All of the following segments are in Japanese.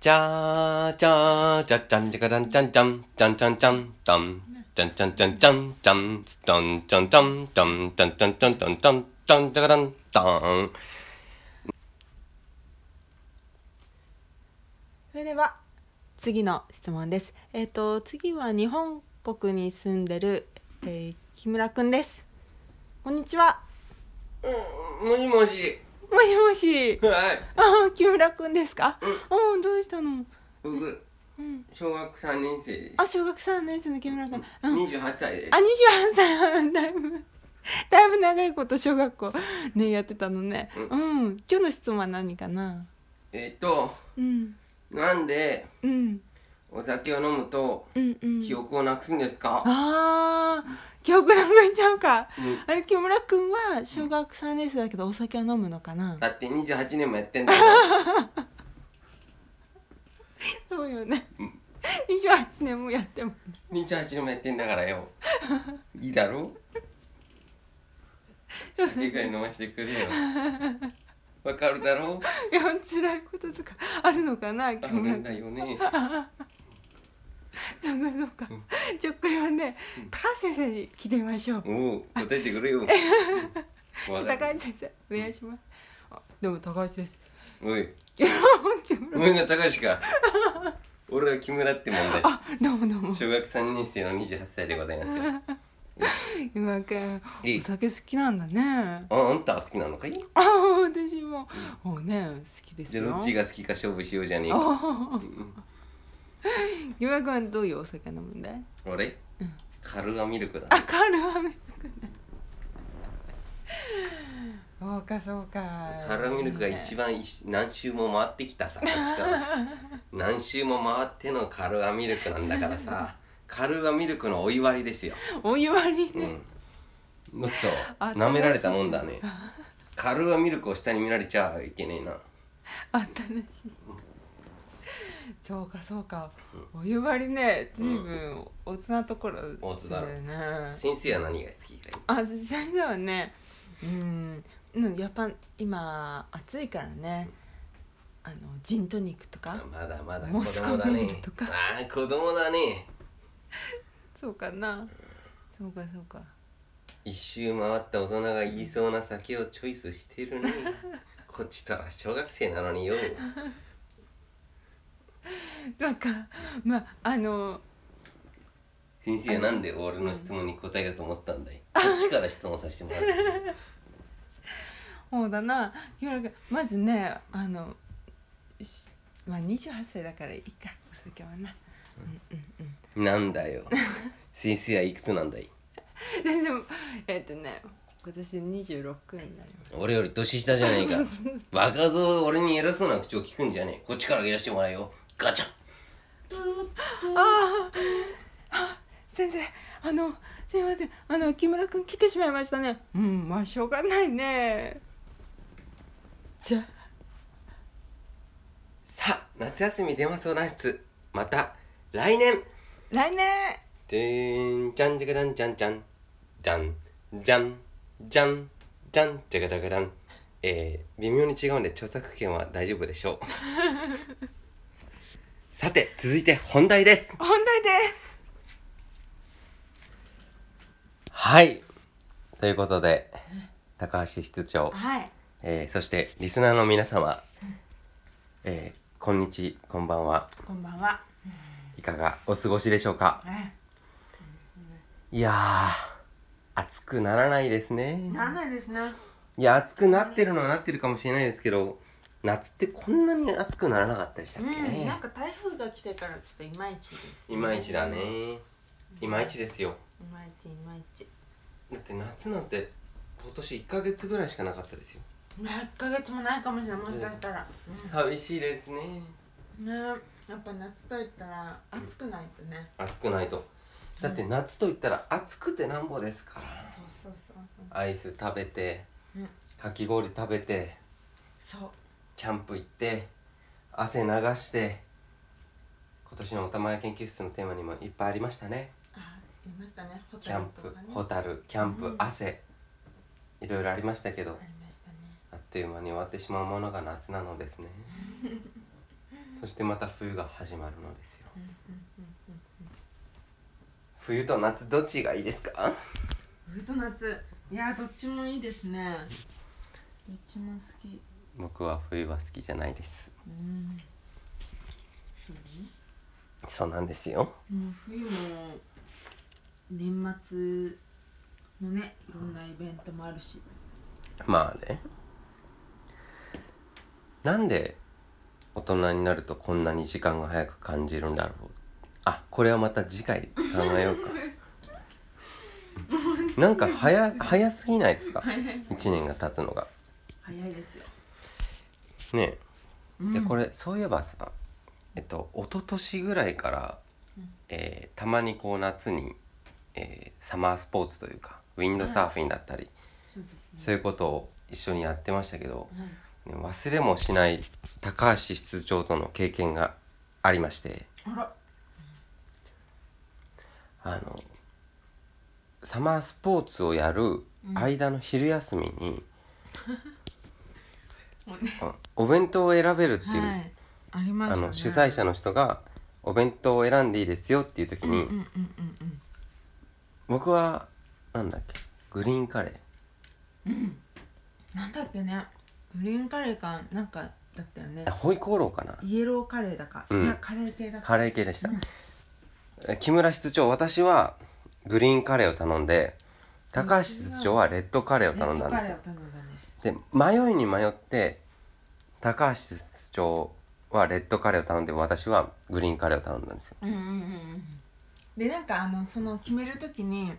チャーチャーチャチャンチャカチャンチャンチャンチャンチャンチャンチャンチャンチャンチャンチャンチャンチャンチャンチャンチャンチャンチャンチャンチャンチャンチャンチャカチャンチャンそれでは次の質問です。えっ、と次は日本国に住んでる、えー木村くんです。こんにちは。もしもしもしもし。はいあ、木村くんですか。うん、どうしたの。僕うん。小学3年生ですあ、小学三年生の木村くん。うん。 28歳ですあ、二十歳、だいぶ。だいぶ長いこと小学校ねやってたのね。うん。今日の質問は何かな。えっとうん。なんでうん。お酒を飲むとうんうん。記憶をなくすんですかああ、記憶なくなっちゃうか。うんあれ木村くんは小学3年生だけどお酒を飲むのかな。だって28年もやってんだよそうよね。28年もやっても。 28年もやってんだからよいいだろ酒ぐらい飲ましてくれよわかるだろいや辛いこととかあるのかなあ木る村ん君。だよねそうかそうか。じゃあこれはね高橋先生に聞いてみましょう。おう答えてくれよわか高る橋先生お願いします。あでも高橋です。 おい木村お前が高橋か俺は木村ってもんだあどうもどうも。小学3年生の28歳でございますよ木村くんいいお酒好きなんだね。ああんたは好きなのかいあ私ももうね好きですじゃよ。あどっちが好きか勝負しようじ ゃねえかおー木村くんはどういうお酒飲むんだい？俺、うんカルアミルクだあ、カールはミルクね。そうかそうか。カルアミルクが一番。番いし何周も回ってきたさこっちから何周も回ってのカルアミルクなんだからさカルアミルクのお祝いですよ、お湯割りうね。ん、もっとあ舐められたもんだねカルアミルクを下に見られちゃいけねえなあったなし。そうかそうか。お湯割りね、ずいぶん大人のところ、ね。大津だろね。先生は何が好きかいあ、先生はね、うん、うんやっぱ今暑いからね。あのジントニックとかあ。まだまだモ子ス供コだミねールとかああ子供だねそうかな。そうかそうか。一周回った大人が言いそうな酒をチョイスしてる ねこっちとら小学生なのによなんか、まあ、あの。先生はなんで俺の質問に答えようと思ったん だいこっちから質問させてもらってそうだな清らかまずねあのしまあ28歳だからいいかお酒はな なんだよ先生はいくつなんだいででもえっ、とね今年で26になります俺より年下じゃない か若造俺に偉そうな口を聞くんじゃねえこっちからいらしてもらえよガチャントゥートゥー先生あのすいませんあの木村君来てしまいましたねうんまあしょうがないねじゃさあ夏休み出ます相談室また来年来年てーんじゃんじゃかじゃんじゃんじゃんじゃんじゃんじゃんじゃんじゃかじゃかじゃんえー、微妙に違うんで著作権は大丈夫でしょ うさて続いて本題です本題ですはいということで高橋室長、はいえー、そしてリスナーの皆様、えー、こんにちこんばんはこんばんは、いかがお過ごしでしょうかね、いやー暑くならないですねならないですねいや暑くなってるのはなってるかもしれないですけど夏ってこんなに暑くならなかったでしたっけね、か台風が来てからちょっといまいちですいまいちだねいまいちですよいまいちいまいちだって夏なんて今年1ヶ月ぐらいしかなかったですよ1ヶ月もないかもしれないもしかしたら、寂しいですねうん、ねやっぱ夏といったら暑くないとね、暑くないとだって夏と言ったら暑くてなんぼですからそうそうそうアイス食べてうんかき氷食べてそうキャンプ行って汗流して今年のおたまや研究室のテーマにもいっぱいありましたねあ言いましたねホキテャルンとプかねホタルキャンプ、うん汗いろいろありましたけどありましたね あっという間に終わってしまうものが夏なのですねそしてまた冬が始まるのですよ冬と夏どっちがいいですか冬と夏いやどっちもいいですねどっちも好き僕は冬は好きじゃないですうんそうねそうなんですよもう冬も年末のねいろんなイベントもあるしまあねなんで大人になるとこんなに時間が早く感じるんだろうあこれはまた次回考えよう かなんか早早すぎないですか1年が経つのが早いですよねえでこれそういえばさえっと一昨年ぐらいから、えーたまにこう夏に、えーサマースポーツというかウィンドサーフィンだったり、そうですそういうことを一緒にやってましたけど、ね、はい、ね忘れもしない高橋室長との経験がありましてあらあのサマースポーツをやる間の昼休みに、もうねうんお弁当を選べるっていう、はいありましあたねの主催者の人が「お弁当を選んでいいですよ」っていう時に、うんうんうんうん僕はなんだっけグリーンカレーなんだっけねグリーンカレーかなんかだったよねあホイコーローかなイエローカレーだか、うんいやカレー系だかカレー系でした、え木村室長私はグリーンカレーを頼んで高橋室長はレッドカレーをレッ頼んだドんカでレすーよを頼んだんですで迷いに迷って高橋室長はレッドカレーを頼んで私はグリーンカレーを頼んだんですようんうんうんでなんかあのその決めるときに、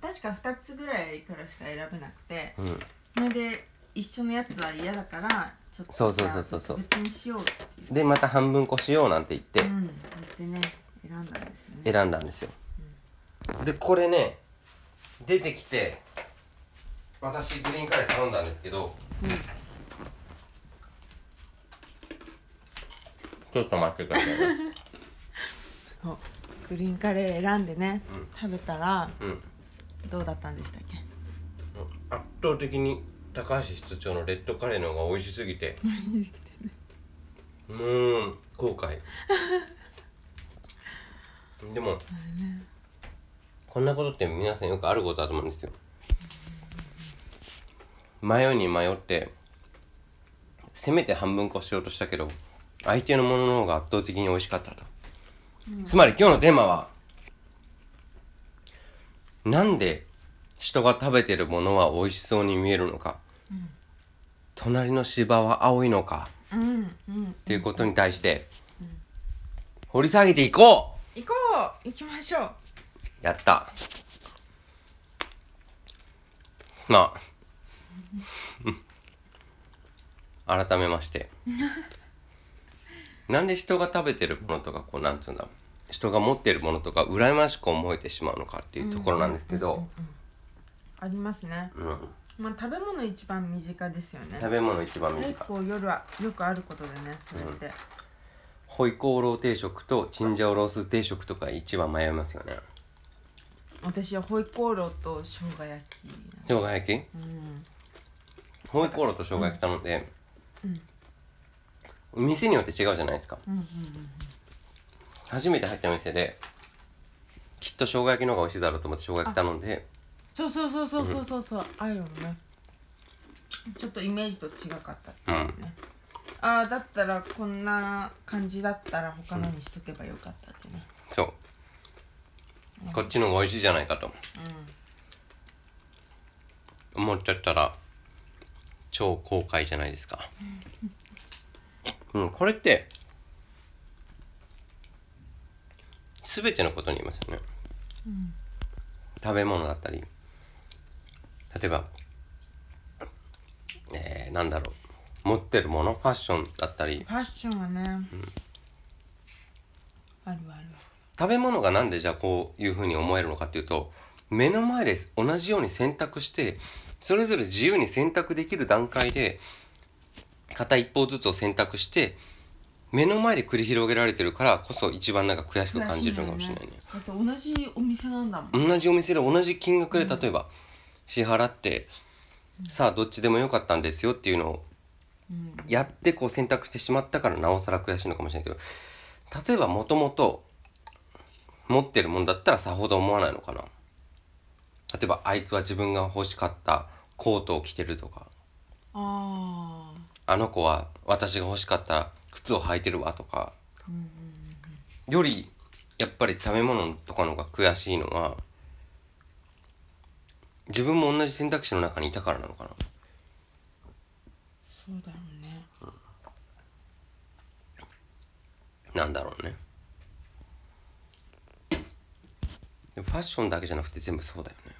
確か2つぐらいからしか選べなくて、んそれで一緒のやつは嫌だからちょっとそうそうそうそうそうじゃあ別にしようってでまた半分こしようなんて言って、うん言ってね選んだんですよね選んだんですよ、でこれね出てきて私グリーンカレー頼んだんですけど、ちょっと待ってくださいね、そうグリーンカレー選んでね、ん食べたらうん、どうだったんでしたっけ圧倒的に高橋室長のレッドカレーの方が美味しすぎてうーん後悔でも、こんなことって皆さんよくあることだと思うんですよ迷いに迷ってせめて半分こしようとしたけど相手のものの方が圧倒的に美味しかったと、つまり今日のテーマはなんで人が食べてるものは美味しそうに見えるのか、隣の芝は青いのかうんうんっていうことに対して、掘り下げていこ行こう行きましょううやったまあ 改めまして なんで人が食べてるものとかこうなんつうんだろう人が持ってるものとか羨ましく思えてしまうのかっていうところなんですけど、ありますね、うん、まあ、食べ物一番身近ですよね食べ物一番身結近構夜はよくあることでねそれって、ホイコーロー定食とチンジャオロース定食とか一番迷いますよね私はホイコーローと生姜焼き生姜焼き、ホイコーローと生姜焼き頼んで、店によって違うじゃないですか、初めて入った店できっと生姜焼きの方が美味しいだろうと思って生姜焼き頼んでそうそうそうそうそうそうそうあるよねちょっとイメージと違かったっていうね、ああだったらこんな感じだったら他のにしとけばよかったってね、そうこっちの方が美味しいじゃないかと、思っちゃったら超後悔じゃないですかうんこれって全てのことに言いますよね、食べ物だったり例えばえー、なんだろう持ってるものファッションだったりファッションはね、あるある食べ物がなんでじゃあこういうふうに思えるのかっていうと目の前で同じように選択してそれぞれ自由に選択できる段階で片一方ずつを選択して目の前で繰り広げられてるからこそ一番なんか悔しく感じるのかもしれないね。だって同じお店なんだもん同じお店で同じ金額で例えば支払ってさあどっちでもよかったんですよっていうのをうんやってこう選択してしまったからなおさら悔しいのかもしれないけど例えばもともと持ってるもんだったらさほど思わないのかな例えばあいつは自分が欲しかったコートを着てるとかあああの子は私が欲しかった靴を履いてるわとかよりやっぱり食べ物とかのが悔しいのは自分も同じ選択肢の中にいたからなのかなそうだよねなんだろうねでもファッションだけじゃなくて全部そうだよね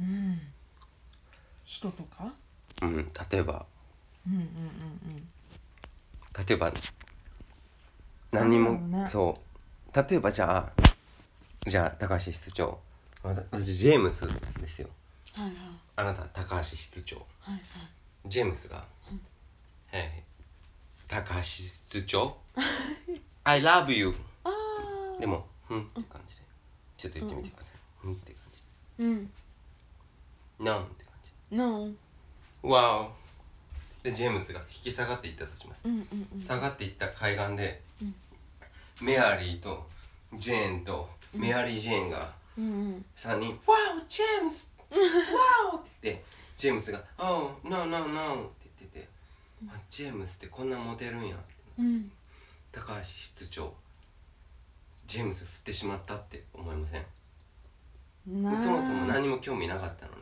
うん人とかうん例えばうんうんうんうん例えば何にも、なんだろうねそう例えばじゃあじゃあ高橋室長わた私ジェームスですよはいはいあなた高橋室長はいはいジェームスが「はいはい高橋室長 I love you あ」でも「うん」って感じでちょっと言ってみてください「うん」って感じーうん「なん」って感じ No わおつってジェームスが引き下がっていったとしますうんうんうん下がっていった海岸で、メアリーとジェーンとメアリー・ジェーンがうんうん3人「ワオジェーム スワオ!」って言ってジェームスが「Oh no no no」って言ってて「あジェームスってこんなモテるんや」うん高橋室長ジェームス振ってしまったって思いませんなそもそも何も興味なかったの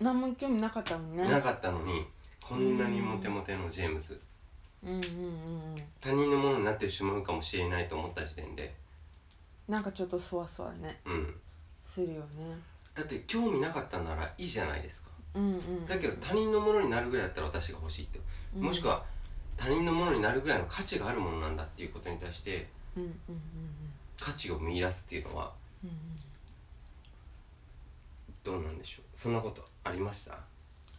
何も興味なかったもんねになかったのにこんなにモテモテのジェームスうんうんうんうん他人のものになってしまうかもしれないと思った時点でなんかちょっとそわそわねうんするよねだって興味なかったならいいじゃないですかうんうんだけど他人のものになるぐらいだったら私が欲しいって、うんもしくは他人のものになるぐらいの価値があるものなんだっていうことに対してうんうんうん価値を見出すっていうのはうんどうなんでしょうそんなことありました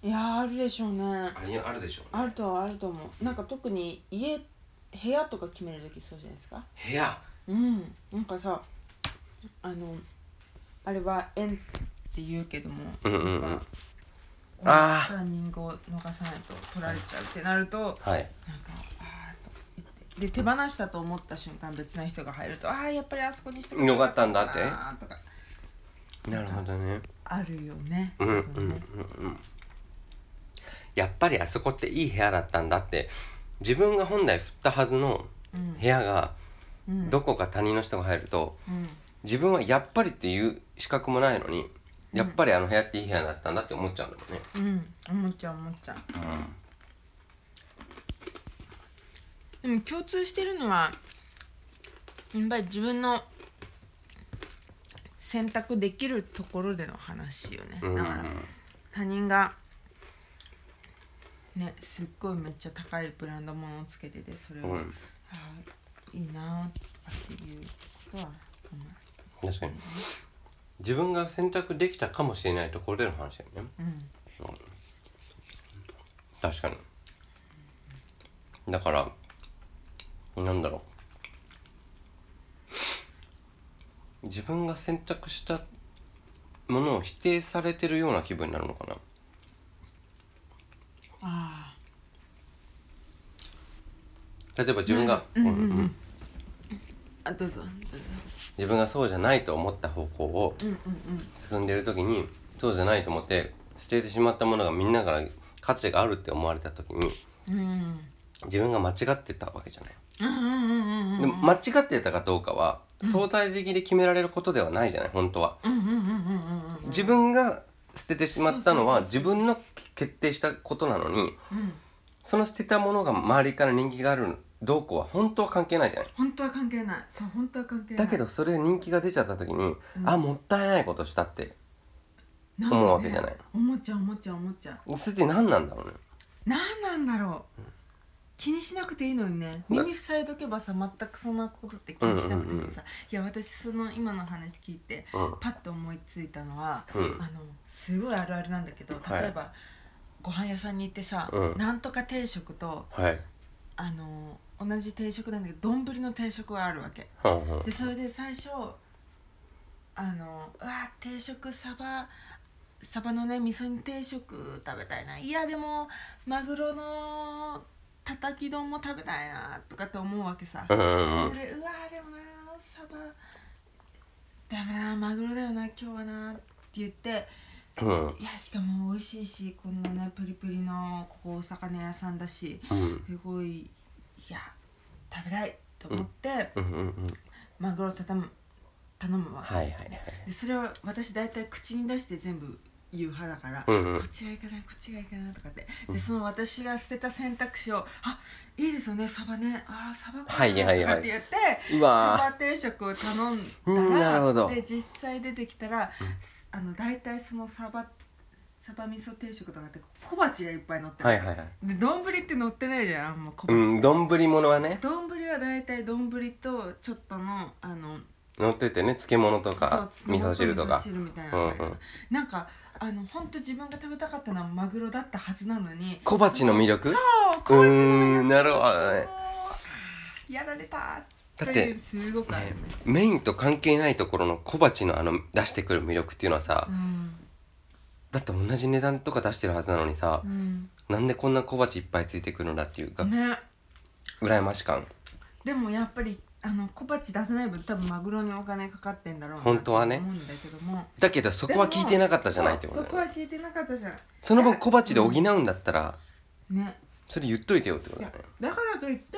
うんいやーあるでしょうねありあるでしょうねあるとはあると思うなんか特に家部屋とか決める時そうじゃないですか部屋うんなんかさあのあれは縁って言うけどもうんうんうんこのあータイミングを逃さないと取られちゃうってなるとなんかはいあーとか言ってで手放したと思った瞬間別な人が入るとああやっぱりあそこにしてよかったんだってとかなるほどねあるよねうんうん多うん分うねんやっぱりあそこっていい部屋だったんだって自分が本来振ったはずのうん部屋がうんどこか他人の人が入るとうん自分はやっぱりっていう資格もないのにやっぱりあの部屋っていい部屋だったんだって思っちゃうんだもんねうん思っちゃう思っちゃうでも共通してるのはやっぱり自分の選択できるところでの話よね、うんだから他人がねすっごいめっちゃ高いブランド物をつけててそれを、うん、あーいいなーとかっていうことは思確かに自分が選択できたかもしれないところでの話だよねううん確かにだからなんだろう自分が選択したものを否定されてるような気分になるのかなあ例えば自分が、うんうんうんあどうぞどうぞ自分がそうじゃないと思った方向をうんうん進んでる時にそうじゃないと思って捨ててしまったものがみんなから価値があるって思われた時にうんうん自分が間違ってたわけじゃないうんうんうんうんでも間違ってたかどうかは相対的に決められることではないじゃない本当はうんうんうんうんうんうん自分が捨ててしまったのは自分の決定したことなのにうんその捨てたものが周りから人気があるどうこうは本当は関係ないじゃない本当は関係ないそう本当は関係ないだけどそれで人気が出ちゃった時にあもったいないことしたってなんか思うわけじゃない思っちゃう思っちゃう思っちゃ捨てて何なんだろうねうなんなんだろう気にしなくていいのにね耳塞いどけばさ全くそんなことって気にしなくていいのにさ、いや私その今の話聞いてうんパッと思いついたのは、うんあのすごいあるあるなんだけどはい例えば、ご飯屋さんに行ってさ、うんなんとか定食とはいあの同じ定食なんだけど丼の定食はあるわけはんはんでそれで最初あのうわ定食サバサバのね味噌煮定食食べたいないやでもマグロのたたき丼も食べたいなとかって思うわけさ、うんうんうんでうわーでもなサバでもなマグロだよな今日はなって言ってうんいやしかも美味しいしこんなねプリプリのここお魚屋さんだしうんすごいいや食べたいと思って、うんうんうんマグロたたむ頼むわけ、はいはいはいでそれを私大体口に出して全部言う派だから、うんうんこっちがいいかないこっちがいいかなとかってでその私が捨てた選択肢を「あいいですよねサバねあーサバかな」はいはいはいとかって言って、うわーサバ定食を頼んうんだら、なるほどで実際出てきたら、あの大体そのサバサバ味噌定食とかって小鉢がいっぱい乗ってる、はいはいはいで丼って乗ってないじゃんあんま小鉢、うん丼物はね丼は大体丼とちょっとのあの乗っててね漬物とかそう味噌汁と味噌か汁みたいなのがあるからうんうんなんかあの本当自分が食べたかったのはマグロだったはずなのに小鉢の魅力そう小う鉢ーんなるほどねやられただってというすごくあるよねねメインと関係ないところの小鉢のあの出してくる魅力っていうのはさ、うんだって同じ値段とか出してるはずなのにさう、んなんでこんな小鉢いっぱいついてくるんだっていうか、ね羨まし感でもやっぱりあの小鉢出せない分多分マグロにお金かかってんだろうな本当はねと思うんだけどもだけどそこは聞いてなかったじゃないってことそうだそこよはね聞いてなかったじゃないその分小鉢で補うんだったらねそれ言っといてよってこといだやよねだからといって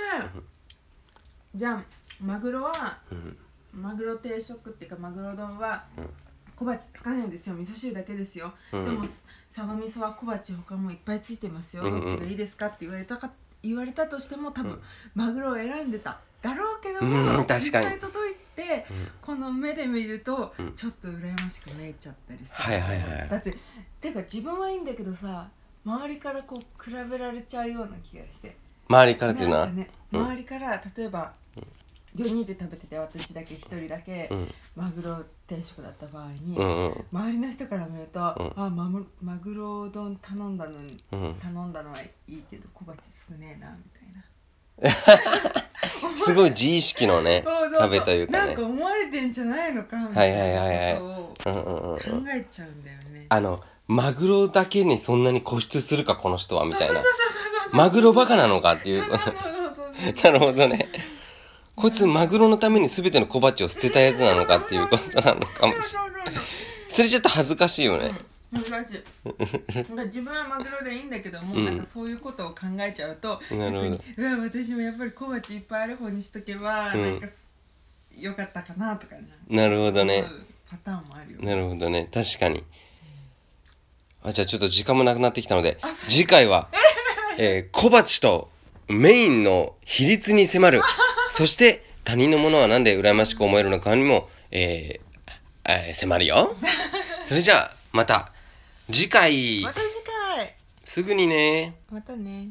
じゃあマグロはうんマグロ定食っていうかマグロ丼はうん小鉢つかないですよ味噌汁だけですよ、うんでもすサバ味噌は小鉢他もいっぱいついてますよ、うんうんどっちがいいですかって言われたか言われたとしても多分、マグロを選んでただろうけども、うん確かに実際届いて、んこの目で見ると、うんちょっと羨ましく見えちゃったりする、はいはいはいだっててか自分はいいんだけどさ周りからこう比べられちゃうような気がして。周りからっていうのなは、んかね、うん周りから例えば、4人で食べてて私だけ1人だけ、うんマグロ定食だった場合に、うんうん周りの人から見ると、んあマグマグロ丼頼んだのに、うん頼んだのはいいけど小鉢少ねえなみたいな。すごい自意識のね そうそうそう食べというかなねんか思われてんじゃないのかみはたいはいはいはいいなことうんうんうんうんを考えちゃうんだよね。あのマグロだけにそんなに固執するかこの人はみたいなそうそうマグロバカなのかって いうそうそうそうそうそうそ うなるほどね。こいつマグロのために全ての小鉢を捨てたやつなのかっていうことなのかもしれない。それちょっと恥ずかしいよね。難しいなんか自分はマグロでいいんだけども、うんなんかそういうことを考えちゃうとなるほど逆にうわ私もやっぱり小鉢いっぱいある方にしとけば、うんなんかよかったかなとかねなるほどね。そういうパターンもあるよねなるほどね。確かに。あ、じゃあちょっと時間もなくなってきたのであ、そう次回 は、えー小鉢とメインの比率に迫 る。そして他人のものはなんで羨ましく思えるのかにも、えーえー迫る よ。それじゃあ、また次回、また次回すぐにね。またね